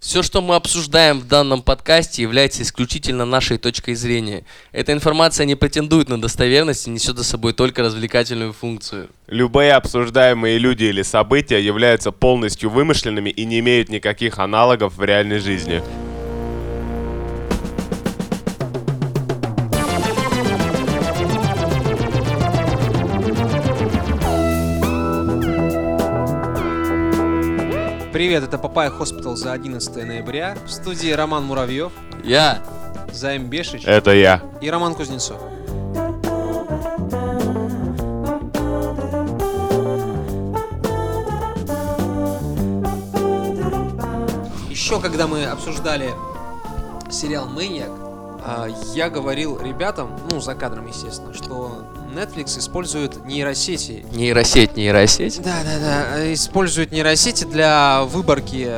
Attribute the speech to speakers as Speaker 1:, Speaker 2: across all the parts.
Speaker 1: Все, что мы обсуждаем в данном подкасте, является исключительно нашей точкой зрения. Эта информация не претендует на достоверность и несет за собой только развлекательную функцию.
Speaker 2: Любые обсуждаемые люди или события являются полностью вымышленными и не имеют никаких аналогов в реальной жизни.
Speaker 3: Привет, это Папай Хоспитал за 11 ноября. В студии Роман Муравьев,
Speaker 1: Я
Speaker 3: Займ Бешич
Speaker 2: Это я.
Speaker 3: и Роман Кузнецов. Еще когда мы обсуждали сериал «Маньяк», а, я говорил ребятам, ну, за кадром, естественно, что Netflix использует нейросети
Speaker 1: нейросеть, нейросеть.
Speaker 3: да, да, да. Используют нейросети для выборки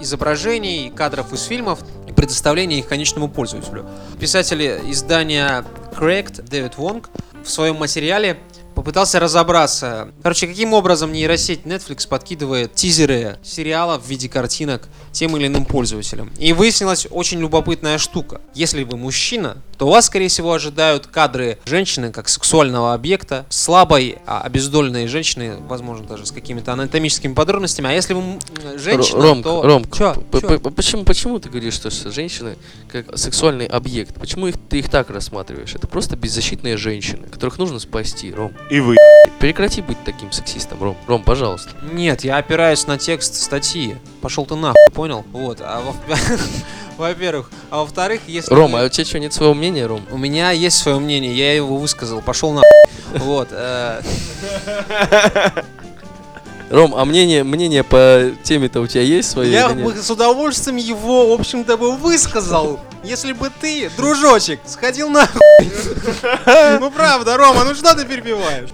Speaker 3: изображений, кадров из фильмов и предоставления их конечному пользователю. Писатель издания Cracked Дэвид Вонг в своем материале попытался разобраться. Короче, каким образом нейросеть Netflix подкидывает тизеры сериалов в виде картинок тем или иным пользователям. И выяснилась очень любопытная штука. Если вы мужчина, то вас, скорее всего, ожидают кадры женщины как сексуального объекта, слабой, а обездоленной женщины, возможно, даже с какими-то анатомическими подробностями. А если вы м, женщина,
Speaker 1: Р- Ромка,
Speaker 3: то...
Speaker 1: Ромка,
Speaker 3: Чё?
Speaker 1: п-
Speaker 3: Чё?
Speaker 1: п- п- почему, почему ты говоришь, что с- женщины как сексуальный объект? Почему их, ты их так рассматриваешь? Это просто беззащитные женщины, которых нужно спасти, Ром.
Speaker 2: И вы.
Speaker 1: Прекрати быть таким сексистом, Ром. Ром, пожалуйста.
Speaker 3: Нет, я опираюсь на текст статьи. Пошел ты нахуй, понял? Вот. А во- во-первых. А во-вторых, если...
Speaker 1: Ром,
Speaker 3: вы-
Speaker 1: а у тебя что, нет своего мнения, Ром?
Speaker 3: У меня есть свое мнение, я его высказал. Пошел на. Вот. э,
Speaker 1: Ром, а мнение, мнение по теме-то у тебя есть свое?
Speaker 3: Я
Speaker 1: или нет?
Speaker 3: бы с удовольствием его, в общем-то, бы высказал, если бы ты, дружочек, сходил на. Ну правда, Рома, ну что ты перебиваешь?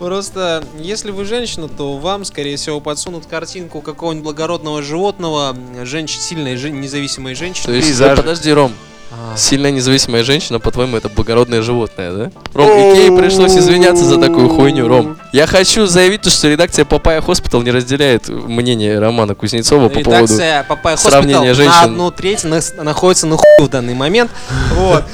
Speaker 3: Просто, если вы женщина, то вам, скорее всего, подсунут картинку какого-нибудь благородного животного, женщины, сильной, жен- независимой
Speaker 1: То
Speaker 3: женщины.
Speaker 1: есть, э,
Speaker 2: Пейзажи.
Speaker 1: подожди, Ром,
Speaker 3: А,
Speaker 1: сильная независимая женщина, по-твоему, это благородное животное, да? Ром, Икеи пришлось извиняться за такую хуйню, Ром. Я хочу заявить, то, что редакция Папая Хоспитал не разделяет мнение Романа Кузнецова по поводу...
Speaker 3: Редакция Папая
Speaker 1: сравнения
Speaker 3: Хоспитал
Speaker 1: женщин.
Speaker 3: на одну треть нас- находится на хую в данный момент. Вот.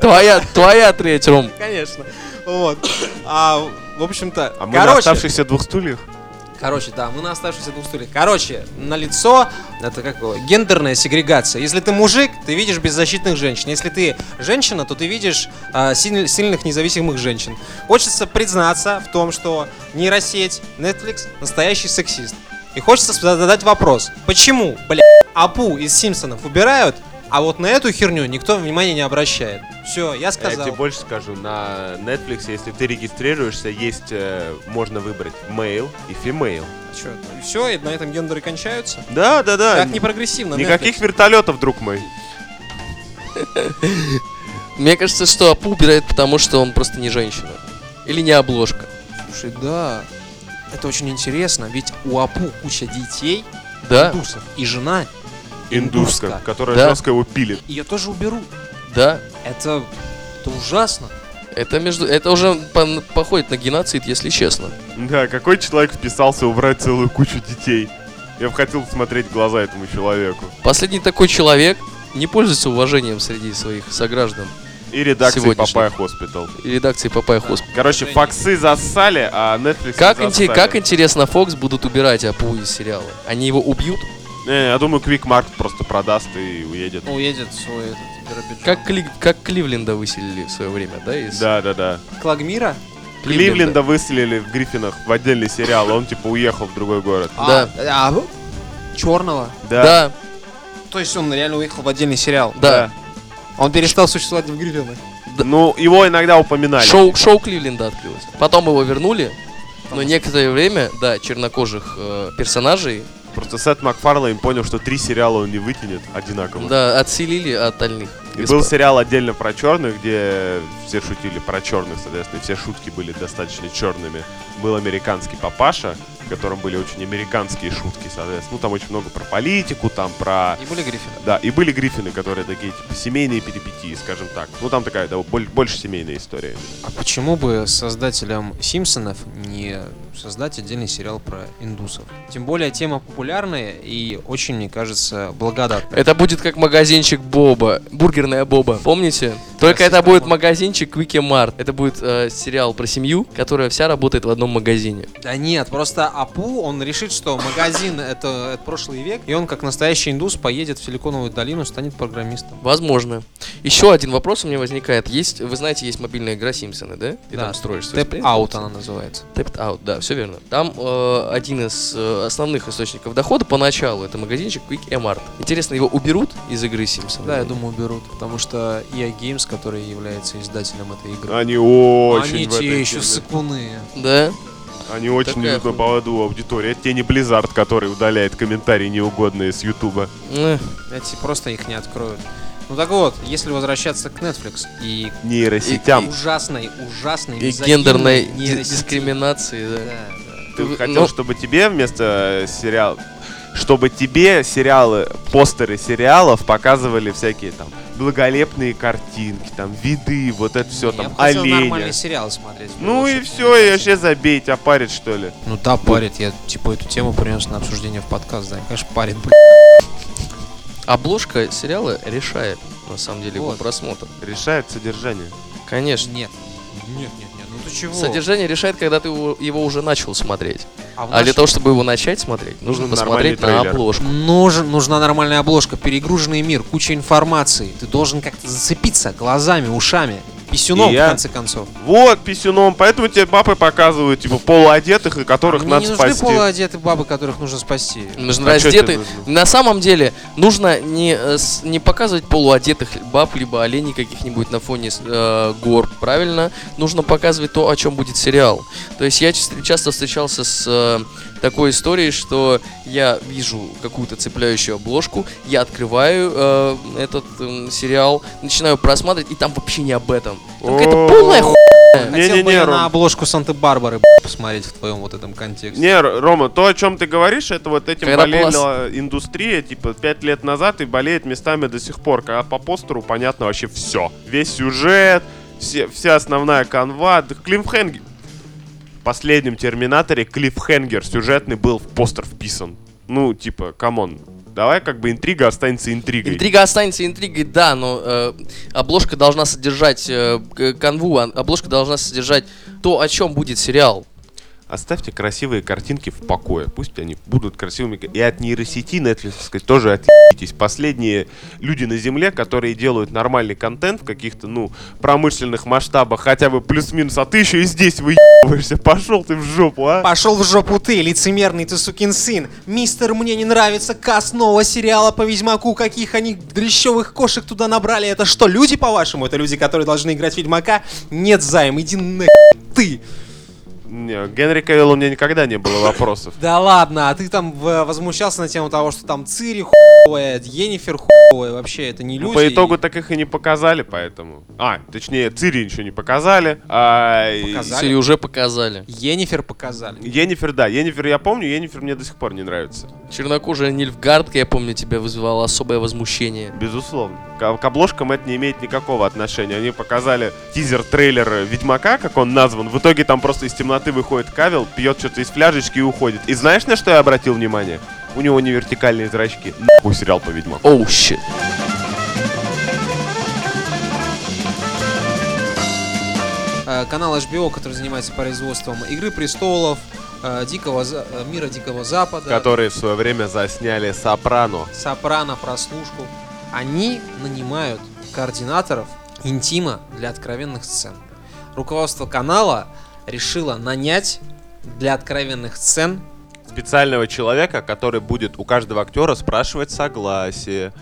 Speaker 1: Твоя, твоя треть, Ром.
Speaker 3: Конечно. Вот. А, в общем-то,
Speaker 2: А мы на
Speaker 3: короче,
Speaker 2: оставшихся двух стульях?
Speaker 3: короче, да, мы на оставшихся двух стульях. Короче, на лицо это как его, гендерная сегрегация. Если ты мужик, ты видишь беззащитных женщин. Если ты женщина, то ты видишь а, силь- сильных независимых женщин. Хочется признаться в том, что нейросеть, Netflix настоящий сексист. И хочется сп- задать вопрос: почему, бля, Апу из Симпсонов убирают, а вот на эту херню никто внимания не обращает? Все, я
Speaker 2: Я
Speaker 3: сказал.
Speaker 2: тебе больше скажу, на Netflix, если ты регистрируешься, есть, э, можно выбрать male и female.
Speaker 3: все, и на этом гендеры кончаются?
Speaker 2: Да, да, да.
Speaker 3: Как не прогрессивно.
Speaker 2: Никаких вертолетов, друг мой.
Speaker 1: Мне кажется, что Апу убирает, потому что он просто не женщина. Или не обложка.
Speaker 3: Слушай, да. Это очень интересно, ведь у Апу куча детей,
Speaker 1: Да,
Speaker 3: индусов, и жена.
Speaker 2: Индуска,
Speaker 3: Индуска.
Speaker 2: которая
Speaker 1: Да.
Speaker 2: жестко его пилит.
Speaker 3: Ее тоже уберут.
Speaker 1: да.
Speaker 3: Это, это ужасно.
Speaker 1: Это между, это уже пон- походит на геноцид, если честно.
Speaker 2: Да, какой человек вписался убрать целую кучу детей? Я бы хотел смотреть в глаза этому человеку.
Speaker 1: Последний такой человек не пользуется уважением среди своих сограждан
Speaker 2: И редакции
Speaker 1: Сегодняшний.
Speaker 2: Папая Хоспитал.
Speaker 1: и редакции Папая Хоспитал.
Speaker 2: Короче,
Speaker 3: Женя.
Speaker 2: факсы засали, а Netflix
Speaker 1: Как,
Speaker 2: не
Speaker 1: инте-
Speaker 2: зассали.
Speaker 1: как интересно, Fox будут убирать Апу из сериала? Они его убьют?
Speaker 2: Не, я думаю, Quick Market просто продаст и уедет.
Speaker 3: Уедет Ну, свой этот Биробиджан.
Speaker 1: Как, Кли- как Кливленда выселили в свое время, да? Из
Speaker 2: Да, да, да.
Speaker 3: Клагмира?
Speaker 2: Кливленда выселили в Гриффинах в отдельный сериал, он типа уехал в другой город.
Speaker 1: Да.
Speaker 3: А, черного.
Speaker 2: Да.
Speaker 1: Да,
Speaker 3: То есть он реально уехал в отдельный сериал.
Speaker 1: да.
Speaker 3: Он перестал существовать в Гриффинах.
Speaker 1: Да.
Speaker 2: Ну, его иногда упоминали.
Speaker 1: Шоу, шоу Кливленда открылось. Потом его вернули, но некоторое время, да, чернокожих э, персонажей,
Speaker 2: Просто Сет Макфарлейн понял, что три сериала он не вытянет одинаково.
Speaker 1: да, отселили от остальных.
Speaker 2: И
Speaker 1: Господа.
Speaker 2: был сериал отдельно про черных, где все шутили про черных, соответственно, и все шутки были достаточно черными. Был американский папаша, в котором были очень американские шутки, соответственно. Ну, там очень много про политику, там про...
Speaker 3: И были Гриффины.
Speaker 2: Да, и были гриффины, которые такие, типа, семейные перипетии, скажем так. Ну, там такая, да, боль- больше семейная история.
Speaker 3: А почему бы создателям Симпсонов не создать отдельный сериал про индусов? Тем более тема популярная и очень, мне кажется, благодатная.
Speaker 1: Это будет как магазинчик Боба, бургерная Боба. Помните? Только
Speaker 3: Красота,
Speaker 1: это будет
Speaker 3: мам.
Speaker 1: магазинчик Вики Март. Это будет э, сериал про семью, которая вся работает в одном магазине.
Speaker 3: Да нет, просто Апу, он решит, что магазин это, это прошлый век, и он как настоящий индус поедет в Силиконовую долину, станет программистом.
Speaker 1: Возможно. Еще один вопрос у меня возникает. Есть, вы знаете, есть мобильная игра Симпсоны, да? Ты
Speaker 3: да,
Speaker 1: там строишь. свой
Speaker 3: Step
Speaker 1: проект.
Speaker 3: Out она называется.
Speaker 1: Tapped Out, да, все верно. Там э, один из э, основных источников дохода поначалу это магазинчик Quick Mart. Интересно, его уберут из игры Симпсоны?
Speaker 4: Да, я думаю, уберут, потому что EA Games, который является издателем этой игры,
Speaker 2: Они очень...
Speaker 3: Они
Speaker 2: в
Speaker 3: те
Speaker 2: этой
Speaker 3: еще
Speaker 2: теме.
Speaker 3: сыкуны.
Speaker 1: Да?
Speaker 2: Они очень
Speaker 1: Такая
Speaker 2: идут на
Speaker 1: хуйня.
Speaker 2: поводу аудитории. Это те не Blizzard, который удаляет комментарии неугодные с Ютуба.
Speaker 1: Эх.
Speaker 3: Эти просто их не откроют. Ну так вот, если возвращаться к Netflix и к
Speaker 2: Нейросетям.
Speaker 3: ужасной, ужасной
Speaker 1: И
Speaker 3: мизогинной
Speaker 1: гендерной ди-
Speaker 3: нейросети.
Speaker 1: дискриминации, да.
Speaker 3: Да, да.
Speaker 2: Ты
Speaker 1: Ну-
Speaker 2: бы хотел, чтобы тебе вместо сериала... Чтобы тебе сериалы, постеры сериалов показывали всякие там благолепные картинки, там виды, вот это все,
Speaker 3: Я
Speaker 2: там
Speaker 3: бы хотел
Speaker 2: оленя.
Speaker 3: нормальный сериал смотреть.
Speaker 2: Ну и
Speaker 3: Лучше.
Speaker 2: все, и вообще забейте, опарить что ли.
Speaker 3: Ну да, парит. Я типа эту тему принес на обсуждение в подкаст, да. Конечно, парит, блин.
Speaker 1: Обложка сериала решает, на самом деле, его
Speaker 3: Вот.
Speaker 1: просмотр.
Speaker 2: Решает содержание.
Speaker 1: Конечно.
Speaker 3: Нет. Нет, нет, нет. Ну ты чего?
Speaker 1: Содержание решает, когда ты его, его уже начал смотреть.
Speaker 3: А в
Speaker 1: А для
Speaker 3: наш-
Speaker 1: того, чтобы его начать смотреть, нужно
Speaker 2: Нужен
Speaker 1: посмотреть
Speaker 2: нормальный
Speaker 1: на
Speaker 2: трейлер.
Speaker 1: обложку.
Speaker 3: Нужен, нужна нормальная обложка, перегруженный мир, куча информации. Ты должен как-то зацепиться глазами, ушами, писюном,
Speaker 2: И
Speaker 3: в
Speaker 2: я-
Speaker 3: конце концов.
Speaker 2: Вот, писюном, поэтому тебе бабы показывают, типа, полуодетых, и которых
Speaker 3: Мне
Speaker 2: надо
Speaker 3: не нужны
Speaker 2: спасти.
Speaker 3: полуодетые бабы, которых нужно спасти.
Speaker 1: Нужно
Speaker 2: А чё тебе
Speaker 1: раздетый.
Speaker 2: нужно?
Speaker 1: На самом деле, нужно не, э, с- не показывать полуодетых баб, либо оленей каких-нибудь на фоне э, гор, правильно? Нужно показывать то, о чем будет сериал. То есть я чис- часто встречался с э, такой историей, что я вижу какую-то цепляющую обложку, я открываю э, этот м, сериал, начинаю просматривать, и там вообще не об этом. Там какая-то
Speaker 2: О,
Speaker 1: полная хуйня.
Speaker 3: Хотел бы
Speaker 2: Не-не-не,
Speaker 3: я
Speaker 2: Ром.
Speaker 3: на обложку Санты-Барбары б***ь, посмотреть в твоем вот этом контексте.
Speaker 2: Не, Р- Рома, то, о чем ты говоришь, это вот этим
Speaker 1: Когда
Speaker 2: болела
Speaker 1: была
Speaker 2: индустрия, типа, пять лет назад и болеет местами до сих пор, когда по постеру понятно вообще все. Весь сюжет, все, вся основная канва, да клиффхенгер. В последнем Терминаторе клиффхенгер сюжетный был в постер вписан. Ну, типа, камон, давай как бы интрига останется интригой.
Speaker 1: Интрига останется интригой, да, но э, обложка должна содержать э, к- канву, а- обложка должна содержать то, о чем будет сериал.
Speaker 2: Оставьте красивые картинки в покое. Пусть они будут красивыми. И от нейросети Netflix сказать, тоже отъебитесь. Последние люди на земле, которые делают нормальный контент в каких-то, ну, промышленных масштабах, хотя бы плюс-минус, а ты еще и здесь выебываешься. Пошел ты в жопу, а?
Speaker 3: Пошел в жопу ты, лицемерный ты сукин сын. Мистер, мне не нравится каст нового сериала по Ведьмаку. Каких они дрещевых кошек туда набрали? Это что, люди, по-вашему? Это люди, которые должны играть Ведьмака? Нет, Займ, иди на ты.
Speaker 2: Не, Генри Кавилла у меня никогда не было вопросов.
Speaker 3: Да ладно, а ты там в- возмущался на тему того, что там Цири хуевая, Енифер хуевая. Вообще, это не люди.
Speaker 2: Ну, по итогу так их и не показали, поэтому... А, точнее, Цири ничего не показали. а, и-
Speaker 3: Показали.
Speaker 1: Или уже показали.
Speaker 3: Енифер показали.
Speaker 2: Енифер, да, Енифер я помню, Енифер мне до сих пор не нравится.
Speaker 1: Чернокожая Нильфгардка, я помню, тебя вызывала особое возмущение.
Speaker 2: Безусловно. К, к обложкам это не имеет никакого отношения. Они показали тизер-трейлер Ведьмака, как он назван. В итоге там просто из темноты выходит Кавел, пьет что-то из фляжечки и уходит. И знаешь, на что я обратил внимание? У него не вертикальные зрачки. Нахуй сериал по Ведьмаку.
Speaker 1: Оу, щит.
Speaker 3: Э, Канал HBO, который занимается производством Игры престолов, э, Дикого За- э, Мира Дикого Запада.
Speaker 2: Которые в свое время засняли Сопрано.
Speaker 3: сопрано, прослушку. Они нанимают координаторов интима для откровенных сцен. Руководство канала решило нанять для откровенных сцен.
Speaker 2: Специального человека, который будет у каждого актера спрашивать согласие.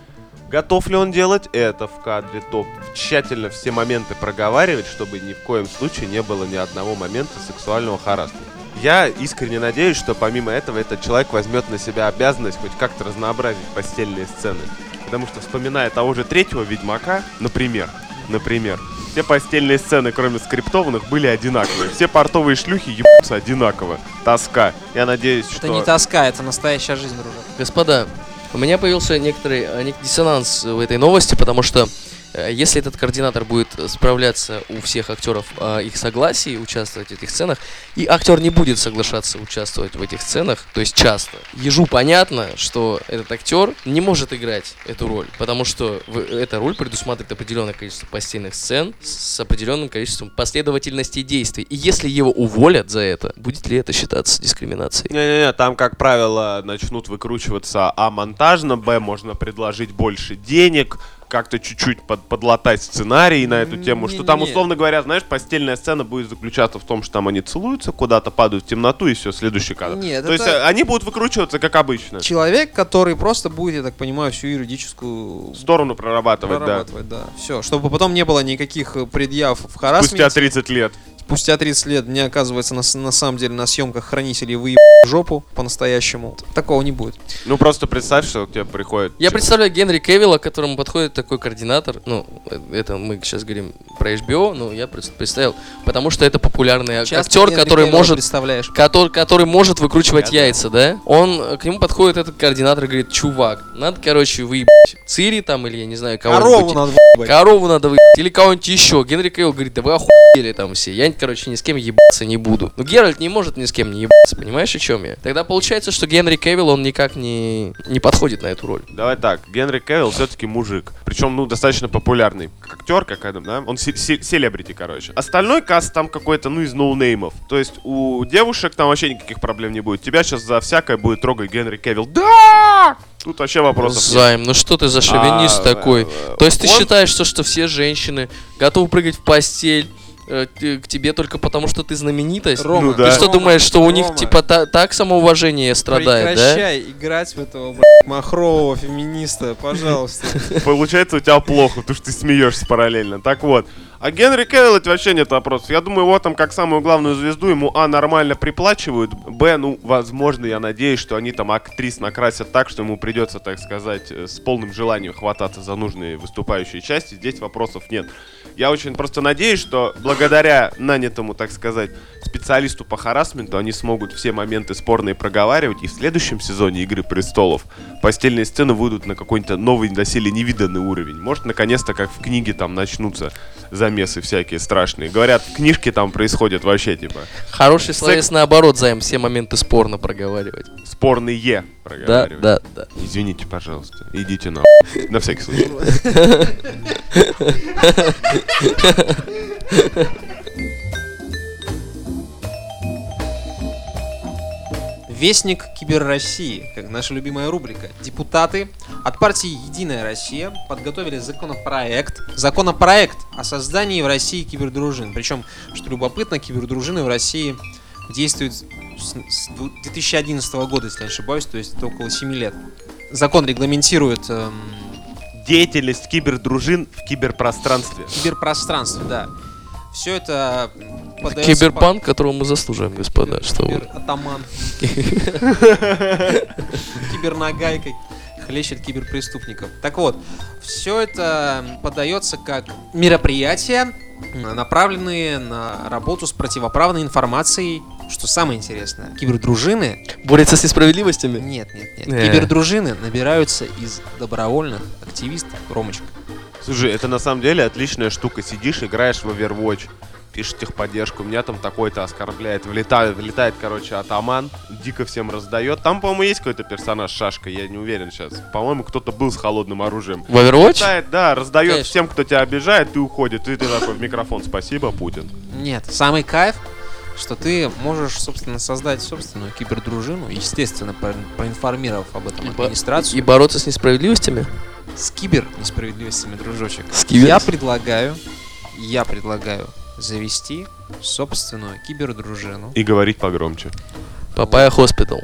Speaker 2: Готов ли он делать это в кадре, то тщательно все моменты проговаривать, чтобы ни в коем случае не было ни одного момента сексуального харасмента. Я искренне надеюсь, что помимо этого этот человек возьмет на себя обязанность хоть как-то разнообразить постельные сцены. Потому что, вспоминая того же третьего Ведьмака, например, например, все постельные сцены, кроме скриптованных, были одинаковые. Все портовые шлюхи ебутся одинаково. Тоска. Я надеюсь, что...
Speaker 3: Это не тоска, это настоящая жизнь, дружок.
Speaker 1: Господа, у меня появился некоторый э, нек- диссонанс в этой новости, потому что э, если этот координатор будет справляться у всех актеров о их согласии участвовать в этих сценах, и актер не будет соглашаться участвовать в этих сценах, то есть часто, ежу понятно, что этот актер не может играть эту роль, потому что в- эта роль предусматривает определенное количество постельных сцен с определенным количеством последовательностей действий. И если его уволят за это, будет ли это считаться дискриминацией?
Speaker 2: Не-не-не, там, как правило, начнут выкручиваться А монтажно, Б можно предложить больше денег, как-то чуть-чуть под- подлатать сценарий на эту тему, что там,
Speaker 1: Не-не-не.
Speaker 2: условно говоря, знаешь, постельная сцена будет заключаться в том, что там они целуются, куда-то падают в темноту, и все, следующий кадр.
Speaker 3: Нет,
Speaker 2: То есть
Speaker 3: это-
Speaker 2: э, они будут выкручиваться, как обычно.
Speaker 3: Человек, который просто будет, я так понимаю, всю юридическую
Speaker 2: Сторону прорабатывать,
Speaker 3: прорабатывать, да. Все, чтобы потом не было никаких э, предъяв в
Speaker 2: да.
Speaker 3: харасменте.
Speaker 2: Спустя 30 лет.
Speaker 3: Спустя 30 лет мне оказывается на, с- на самом деле на съемках хранителей выеб жопу по-настоящему. Такого не будет.
Speaker 2: Ну просто представь, что к тебе приходит.
Speaker 1: Я
Speaker 2: человек.
Speaker 1: представляю Генри Кевилла, к которому подходит такой координатор. Ну, э, это мы сейчас говорим про HBO, но я просто представил, потому что это популярный ак-
Speaker 3: Часто
Speaker 1: Э, актер,
Speaker 3: Генри
Speaker 1: который
Speaker 3: Кевилла
Speaker 1: может
Speaker 3: представляешь.
Speaker 1: который, который может выкручивать
Speaker 2: Я
Speaker 1: яйца, да? Он э, к нему подходит этот координатор и говорит, чувак, надо, короче, выебать Цири там или я не знаю кого.
Speaker 3: Корову надо выебать.
Speaker 1: Корову надо выебать, или кого-нибудь еще. Генри Кевилл говорит, да вы охуели там все. Я, короче, ни с кем ебаться не буду. Но Геральт не может ни с кем не ебаться, понимаешь, о чем я? Тогда получается, что Генри Кевилл, он никак не, не подходит на эту роль.
Speaker 2: Давай так, Генри Кевилл все-таки мужик. Причем, ну, достаточно популярный. Как актер, как Адам, да? Он се- се- селебрити, короче. Остальной каст там какой-то, ну, из ноунеймов. То есть у девушек там вообще никаких проблем не будет. Тебя сейчас за всякое будет трогать Генри Кевилл. Да! Тут вообще вопросов нет.
Speaker 1: Займ, ну что ты за шовинист
Speaker 2: А,
Speaker 1: такой?
Speaker 2: э, э,
Speaker 1: То есть ты
Speaker 2: он-
Speaker 1: считаешь, что, что все женщины готовы прыгать в постель э, ты- к тебе только потому, что ты знаменитость?
Speaker 2: Ну
Speaker 1: Ты
Speaker 2: да.
Speaker 1: что думаешь, что у них
Speaker 3: Рома,
Speaker 1: типа та- так самоуважение страдает, да?
Speaker 3: Прекращай играть в этого блядь, махрового феминиста, пожалуйста.
Speaker 2: Получается у тебя плохо, потому что ты смеешься параллельно. Так вот. А Генри Кевилл это вообще нет вопросов. Я думаю, его там как самую главную звезду ему А нормально приплачивают, Б, ну, возможно, я надеюсь, что они там актрис накрасят так, что ему придется, так сказать, э, с полным желанием хвататься за нужные выступающие части. Здесь вопросов нет. Я очень просто надеюсь, что благодаря нанятому, так сказать, специалисту по харасменту они смогут все моменты спорные проговаривать, и в следующем сезоне «Игры престолов» постельные сцены выйдут на какой-то новый, доселе невиданный уровень. Может, наконец-то, как в книге, там начнутся замесы всякие страшные. Говорят, в книжке там происходит вообще, типа,
Speaker 1: Хороший словес наоборот, Займ, все моменты спорно проговаривать.
Speaker 2: спорные
Speaker 1: Да,
Speaker 2: проговаривать.
Speaker 1: да, да.
Speaker 2: Извините, пожалуйста, идите на... На всякий случай.
Speaker 3: Вестник Кибер России, как наша любимая рубрика. Депутаты от партии «Единая Россия» подготовили законопроект, законопроект о создании в России кибердружин. Причем, что любопытно, кибердружины в России действуют с с дву- 2011 года, если я не ошибаюсь, то есть это около 7 лет. Закон регламентирует эм,
Speaker 2: Деятельность кибердружин в киберпространстве.
Speaker 3: киберпространство, да. Все это подается
Speaker 1: Киберпанк, которого мы заслуживаем, господа, что вы.
Speaker 3: Кибератаман. Кибернагайкой хлещет киберпреступников. Так вот, все это подается как мероприятия, м, направленные на работу с противоправной информацией, что самое интересное. Кибердружины?
Speaker 1: Борется с несправедливостями?
Speaker 3: Нет, нет, нет.
Speaker 1: Э.
Speaker 3: Кибердружины набираются из добровольных активистов. Ромочка.
Speaker 2: Слушай, это на самом деле отличная штука. Сидишь, играешь в Overwatch, пишешь техподдержку. Меня там такой-то оскорбляет. Влетает, влетает, короче, атаман. Дико всем раздает. Там, по-моему, есть какой-то персонаж с шашкой, я не уверен сейчас. По-моему, кто-то был с холодным оружием.
Speaker 1: В Overwatch?
Speaker 2: Влетает, да, раздает
Speaker 1: Конечно.
Speaker 2: всем, кто тебя обижает, и уходит. И ты такой в микрофон. Спасибо, Путин.
Speaker 3: Нет, самый кайф, что ты можешь, собственно, создать собственную кибердружину, естественно, про- проинформировав об этом
Speaker 1: И бо-
Speaker 3: администрацию.
Speaker 1: И бороться с несправедливостями?
Speaker 3: с кибер несправедливостями, дружочек.
Speaker 1: С кибер-
Speaker 3: Я предлагаю, я предлагаю завести собственную кибердружину.
Speaker 2: И говорить погромче.
Speaker 1: Папая Хоспитал.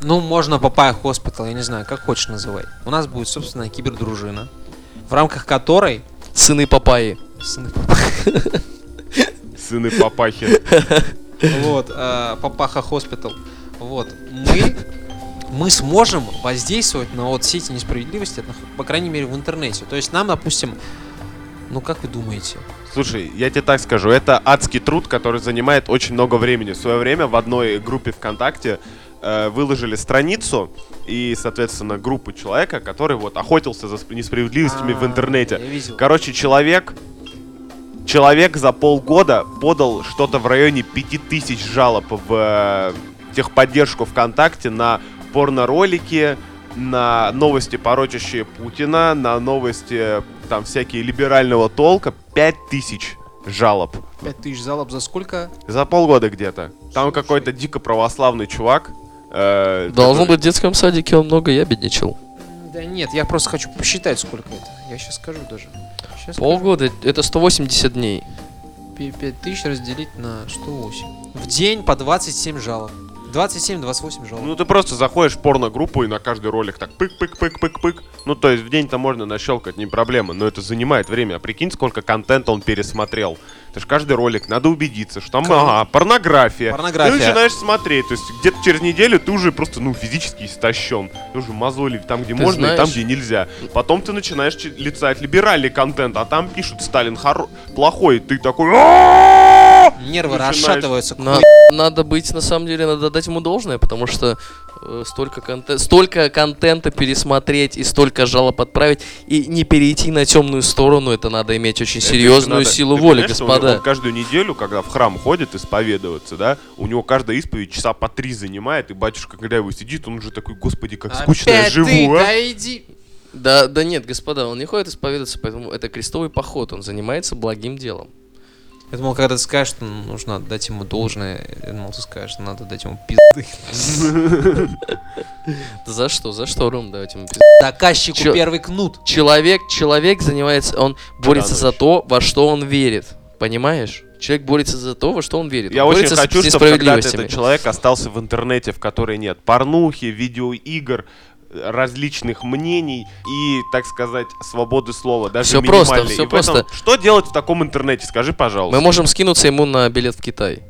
Speaker 3: Ну, можно Папая Хоспитал, я не знаю, как хочешь называй. У нас будет собственная кибердружина, в рамках которой
Speaker 1: Сыны Папаи.
Speaker 3: сыны Папа-
Speaker 2: Сыны папахи.
Speaker 3: вот, э, Папаха Хоспитал, вот, мы мы сможем воздействовать на вот все эти несправедливости, одно- по крайней мере, в интернете. То есть нам, допустим, ну как вы думаете?
Speaker 2: Слушай, я тебе так скажу, это адский труд, который занимает очень много времени. В свое время в одной группе ВКонтакте э, выложили страницу и, соответственно, группу человека, который вот охотился за сп- несправедливостями в
Speaker 3: А,
Speaker 2: интернете.
Speaker 3: Я видел.
Speaker 2: Короче, человек, человек за полгода подал что-то в районе 5000 жалоб в э, техподдержку ВКонтакте на порно-ролики, на новости, порочащие Путина, на новости, э, там, всякие либерального толка. 5000 жалоб.
Speaker 3: 5000 залоб за сколько?
Speaker 2: За полгода где-то. Там
Speaker 3: Слушай.
Speaker 2: какой-то дико православный чувак. э,
Speaker 1: Должно
Speaker 2: который-
Speaker 1: быть, в детском садике он много ябедничал.
Speaker 3: Да нет, я просто хочу посчитать, сколько это. Я сейчас скажу даже. Сейчас
Speaker 1: Полгода, это 180 дней.
Speaker 3: 5000 разделить на 108. В день по 27 жалоб. 27-28 жалоб.
Speaker 2: Ну ты просто заходишь в порно-группу и на каждый ролик так пык-пык-пык-пык-пык. Ну то есть в день-то можно нащелкать, не проблема, но это занимает время. А прикинь, сколько контента он пересмотрел. Это ж каждый ролик, надо убедиться, что там
Speaker 3: Кон-
Speaker 2: ага, порнография.
Speaker 3: Порнография.
Speaker 2: Ты начинаешь смотреть, то есть где-то через неделю ты уже просто, ну, физически истощен. Ты уже мозоли там, где
Speaker 1: Ты
Speaker 2: можно, и там,
Speaker 1: знаешь-
Speaker 2: где нельзя. Потом ты начинаешь чи- лицать либеральный контент, а там пишут Сталин хоро- плохой, и ты такой... «А-а-а!»
Speaker 3: Нервы
Speaker 2: начинаешь-
Speaker 3: расшатываются. к
Speaker 1: На- надо быть, на самом деле, надо дать ему должное, потому что э, столько, контента, столько контента пересмотреть и столько жалоб отправить, и не перейти на темную сторону, это надо иметь очень
Speaker 2: Это
Speaker 1: серьезную
Speaker 2: надо-
Speaker 1: силу
Speaker 2: ты
Speaker 1: воли,
Speaker 2: понимаешь, что у него-
Speaker 1: господа.
Speaker 2: Он каждую неделю, когда в храм ходит исповедоваться, да, у него каждая исповедь часа по три занимает, и батюшка Гряевый сидит, он уже такой, господи, как
Speaker 3: Опять
Speaker 2: скучно я
Speaker 3: ты,
Speaker 2: живу, а!»
Speaker 3: да иди.
Speaker 1: Да, да нет, господа, он не ходит исповедоваться, поэтому это крестовый поход, он занимается благим делом.
Speaker 3: Я думал, когда ты скажешь, что нужно отдать ему должное, я думал, ты скажешь, что надо дать ему пизды.
Speaker 1: За что, за что, Ром, давайте ему пизд-
Speaker 3: Заказчику
Speaker 1: Чё?
Speaker 3: первый кнут.
Speaker 1: Человек, человек занимается, он борется
Speaker 2: Да,
Speaker 1: за то, во что он верит, понимаешь? Человек борется за то, во что он верит.
Speaker 2: Я
Speaker 1: Он
Speaker 2: очень
Speaker 1: борется с-
Speaker 2: хочу,
Speaker 1: со
Speaker 2: чтобы когда-то
Speaker 1: справедливостями.
Speaker 2: этот человек остался в интернете, в которой нет порнухи, видеоигр, э, различных мнений и, так сказать, свободы слова, даже
Speaker 1: Всё просто,
Speaker 2: минимальной.
Speaker 1: всё
Speaker 2: И в этом-
Speaker 1: просто.
Speaker 2: Что делать в таком интернете, скажи, пожалуйста.
Speaker 1: Мы можем скинуться ему на билет в Китай.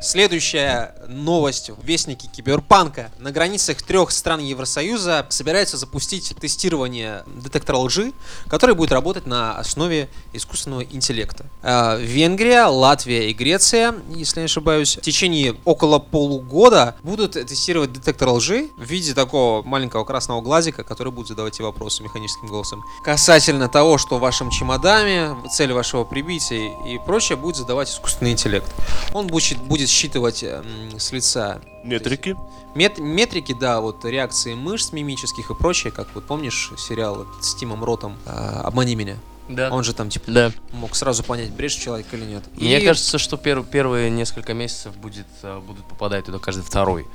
Speaker 3: Следующая новость. Вестники киберпанка. На границах трех стран Евросоюза собираются запустить тестирование детектора лжи, который будет работать на основе искусственного интеллекта. Э, Венгрия, Латвия и Греция, если не ошибаюсь, в течение около полугода будут тестировать детектор лжи в виде такого маленького красного глазика, который будет задавать тебе вопросы механическим голосом. Касательно того, что в вашем чемодане, цель вашего прибития и прочее, будет задавать искусственный интеллект. Он будет, щит- будет считывать э, м, с лица
Speaker 2: Метрики.
Speaker 3: мет- метрики, да, вот реакции мышц мимических и прочее, как вот помнишь сериал с Тимом Ротом э, «Обмани меня».
Speaker 1: Да.
Speaker 3: Он же там типа
Speaker 1: Да.
Speaker 3: мог сразу понять, брежет человек или нет.
Speaker 1: Мне
Speaker 3: И
Speaker 1: кажется, что пер- первые несколько месяцев будет, э, будут попадать туда каждый второй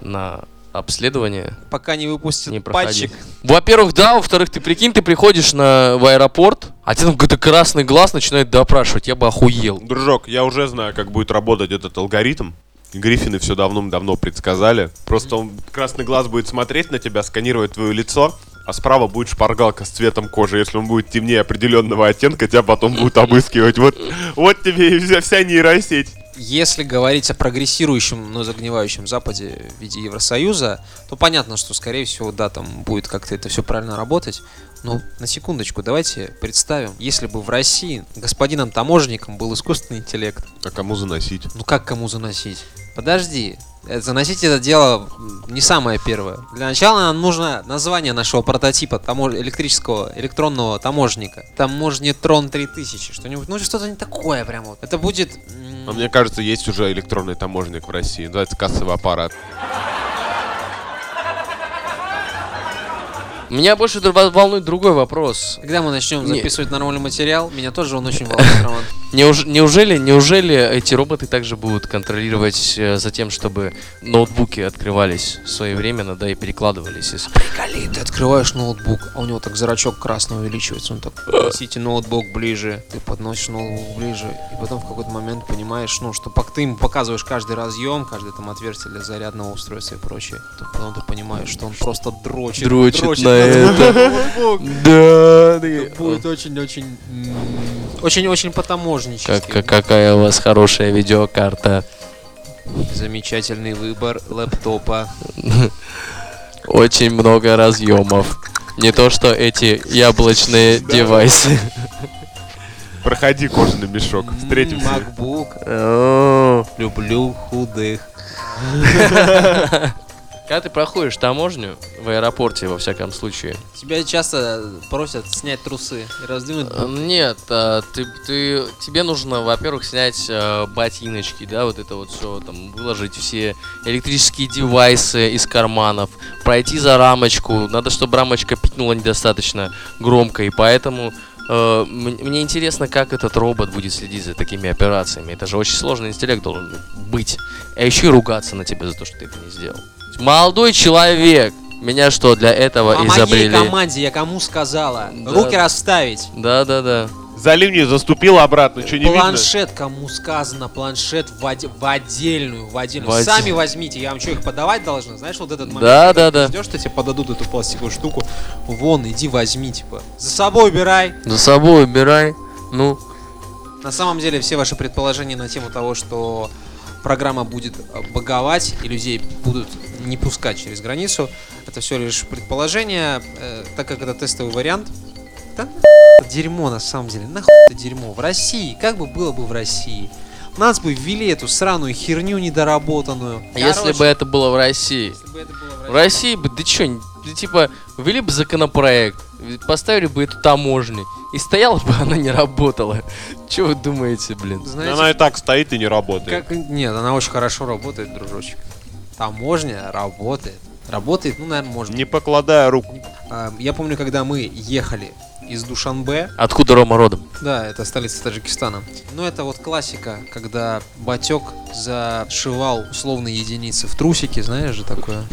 Speaker 1: на обследование.
Speaker 3: пока не выпустят
Speaker 1: Не проходи.
Speaker 3: пальчик,
Speaker 1: Во-первых, да, во-вторых, ты прикинь, ты приходишь на, в аэропорт, а тебе там какой-то красный глаз начинает допрашивать, я бы охуел.
Speaker 2: Дружок, я уже знаю, как будет работать этот алгоритм. Гриффины все давным-давно предсказали. Просто он красный глаз будет смотреть на тебя, сканировать твое лицо, а справа будет шпаргалка с цветом кожи. Если он будет темнее определенного оттенка, тебя потом будут обыскивать. Вот, вот тебе и вся, вся нейросеть.
Speaker 3: Если говорить о прогрессирующем, но загнивающем Западе в виде Евросоюза, то понятно, что, скорее всего, да, там будет как-то это все правильно работать. Но на секундочку, давайте представим, если бы в России господином таможенником был искусственный интеллект,
Speaker 2: А кому заносить?
Speaker 3: ну как кому заносить? Подожди, э, заносить это дело м, не самое первое. Для начала нам нужно название нашего прототипа тамо- электрического электронного таможника. Таможнетрон 3000, что-нибудь, ну что-то не такое прям вот. Это будет... м,
Speaker 2: А мне кажется, есть уже электронный таможенник в России. Называется кассовый аппарат.
Speaker 1: Меня больше др- волнует другой вопрос.
Speaker 3: Когда мы начнем
Speaker 1: Не.
Speaker 3: записывать нормальный материал, меня тоже он очень волнует, Роман.
Speaker 1: Неуж- неужели, неужели эти роботы также будут контролировать э, за тем, чтобы ноутбуки открывались своевременно, да, и перекладывались из
Speaker 3: Приколи, ты открываешь ноутбук, а у него так зрачок красный увеличивается, он так, подносите ноутбук ближе, ты подносишь ноутбук ближе, и потом в какой-то момент понимаешь, ну, что пок- ты ему показываешь каждый разъем, каждое там отверстие для зарядного устройства и прочее, то потом ты понимаешь, что он просто дрочит.
Speaker 1: Дрочит на
Speaker 3: ноутбук.
Speaker 1: это. Да,
Speaker 3: Будет очень-очень м, Очень-очень потаможнический.
Speaker 1: Как- как- какая у вас хорошая видеокарта.
Speaker 4: Замечательный выбор лэптопа.
Speaker 1: Очень много разъемов. Не то, что эти яблочные девайсы.
Speaker 2: Проходи кожаный мешок.
Speaker 4: М,
Speaker 2: Встретимся.
Speaker 4: MacBook.
Speaker 1: Когда
Speaker 4: Люблю худых.
Speaker 1: ты проходишь таможню в аэропорте, во всяком случае,
Speaker 3: Тебя часто просят снять трусы и раздвинуть.
Speaker 1: Э, Нет, а, ты, ты, тебе нужно, во-первых, снять э, ботиночки, да, вот это вот все, там, выложить все электрические девайсы из карманов, пройти за рамочку, надо, чтобы рамочка пикнула недостаточно громко, и поэтому э, м- мне интересно, как этот робот будет следить за такими операциями. Это же очень сложный интеллект должен быть. А еще и ругаться на тебя за то, что ты это не сделал. Молодой человек! Меня что, для этого
Speaker 3: О А моей
Speaker 1: изобрели?
Speaker 3: команде я кому сказала?
Speaker 1: Да.
Speaker 3: Руки расставить.
Speaker 1: Да-да-да.
Speaker 2: За линию заступил обратно, что не видно?
Speaker 3: Планшет, кому сказано, планшет в, оде- в отдельную, в отдельную.
Speaker 1: В отде-
Speaker 3: Сами возьмите, я вам что, их подавать должна? Знаешь, вот этот момент.
Speaker 1: Да-да-да.
Speaker 3: Ждешь, что тебе подадут эту пластиковую штуку. Вон, иди возьми, типа. За собой убирай.
Speaker 1: За собой убирай. Ну,
Speaker 3: На самом деле, все ваши предположения на тему того, что программа будет э, боговать и людей будут не пускать через границу, это все лишь предположение, э, так как это тестовый вариант. Да нахуй это дерьмо на самом деле, нахуй это дерьмо. В России, как бы было бы в России? Нас бы ввели эту сраную херню недоработанную.
Speaker 1: А если бы это было в России.
Speaker 3: если бы это было
Speaker 1: В России бы, да чё, да типа, ввели бы законопроект, поставили бы эту таможню, и стояла бы она не работала. Чё вы думаете, блин?
Speaker 3: Знаете,
Speaker 2: Она и так стоит и не работает.
Speaker 3: Как... Нет, она очень хорошо работает, дружочек. Таможня работает. Работает, ну, наверное, можно.
Speaker 2: Не покладая рук.
Speaker 3: А, Я помню, когда мы ехали из Душанбе,
Speaker 1: Откуда Рома родом?
Speaker 3: да, это столица Таджикистана. Но это вот классика, когда батек зашивал условные единицы в трусики, знаешь же такое.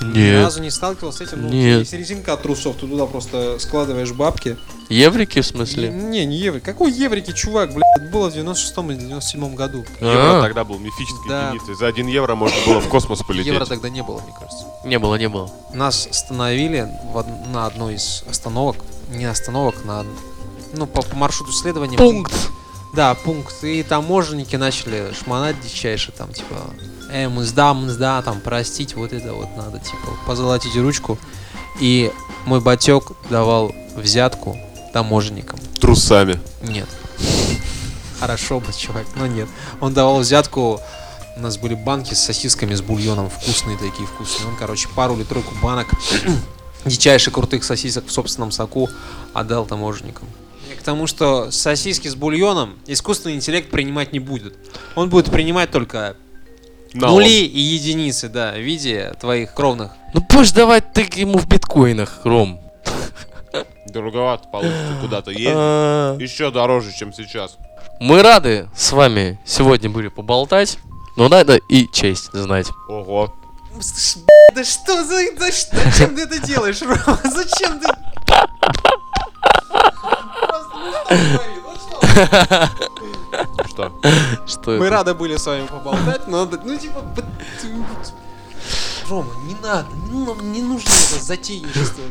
Speaker 3: Ни разу не сталкивался с этим. Ну, у тебя
Speaker 1: Нет.
Speaker 3: Есть резинка от трусов, ты туда просто складываешь бабки.
Speaker 1: Еврики, в
Speaker 3: Не,
Speaker 1: смысле?
Speaker 3: не, не еврик. Какой еврики, чувак, блядь? Это было в 96-м или 97-м году.
Speaker 2: Евро
Speaker 1: А.
Speaker 2: тогда был мифической
Speaker 3: Да.
Speaker 2: единицей. За один евро можно было в космос
Speaker 3: Евро
Speaker 2: полететь.
Speaker 3: тогда не было, мне кажется.
Speaker 1: Не было, не было.
Speaker 3: Нас остановили в од- на одной из остановок, не остановок, на ну, по, по маршруту следования. Да, пункт. И таможенники начали шмонать дичайше, там, типа, э, мзда, мзда, там, простить, вот это вот надо, типа, позолотить ручку. И мой батек давал взятку таможенникам.
Speaker 2: Трусами.
Speaker 3: Нет. Хорошо бы, чувак, но нет. Он давал взятку. У нас были банки с сосисками, с бульоном. Вкусные такие, вкусные. Он, короче, пару или тройку банок дичайше крутых сосисок в собственном соку отдал таможенникам. Я к тому, что сосиски с бульоном искусственный интеллект принимать не будет. Он будет принимать только
Speaker 2: На
Speaker 3: нули и единицы, да, в виде твоих кровных.
Speaker 1: Ну будешь давать ты ему в биткоинах, Ром.
Speaker 2: он. Дороговато получится куда-то ездить.
Speaker 1: А.
Speaker 2: Еще дороже, чем сейчас.
Speaker 1: Мы рады с вами сегодня были поболтать, но надо и честь знать.
Speaker 2: Ого.
Speaker 3: Да что за... Да что, зачем ты это делаешь, Рома? Зачем ты... Просто, ну что он говорит? Ну что он
Speaker 2: Что?
Speaker 1: Что
Speaker 3: Мы
Speaker 1: это?
Speaker 3: рады были с вами поболтать, но надо- ну типа... ну, б- ты- Рома, не надо, не, нам не нужно это затейничество.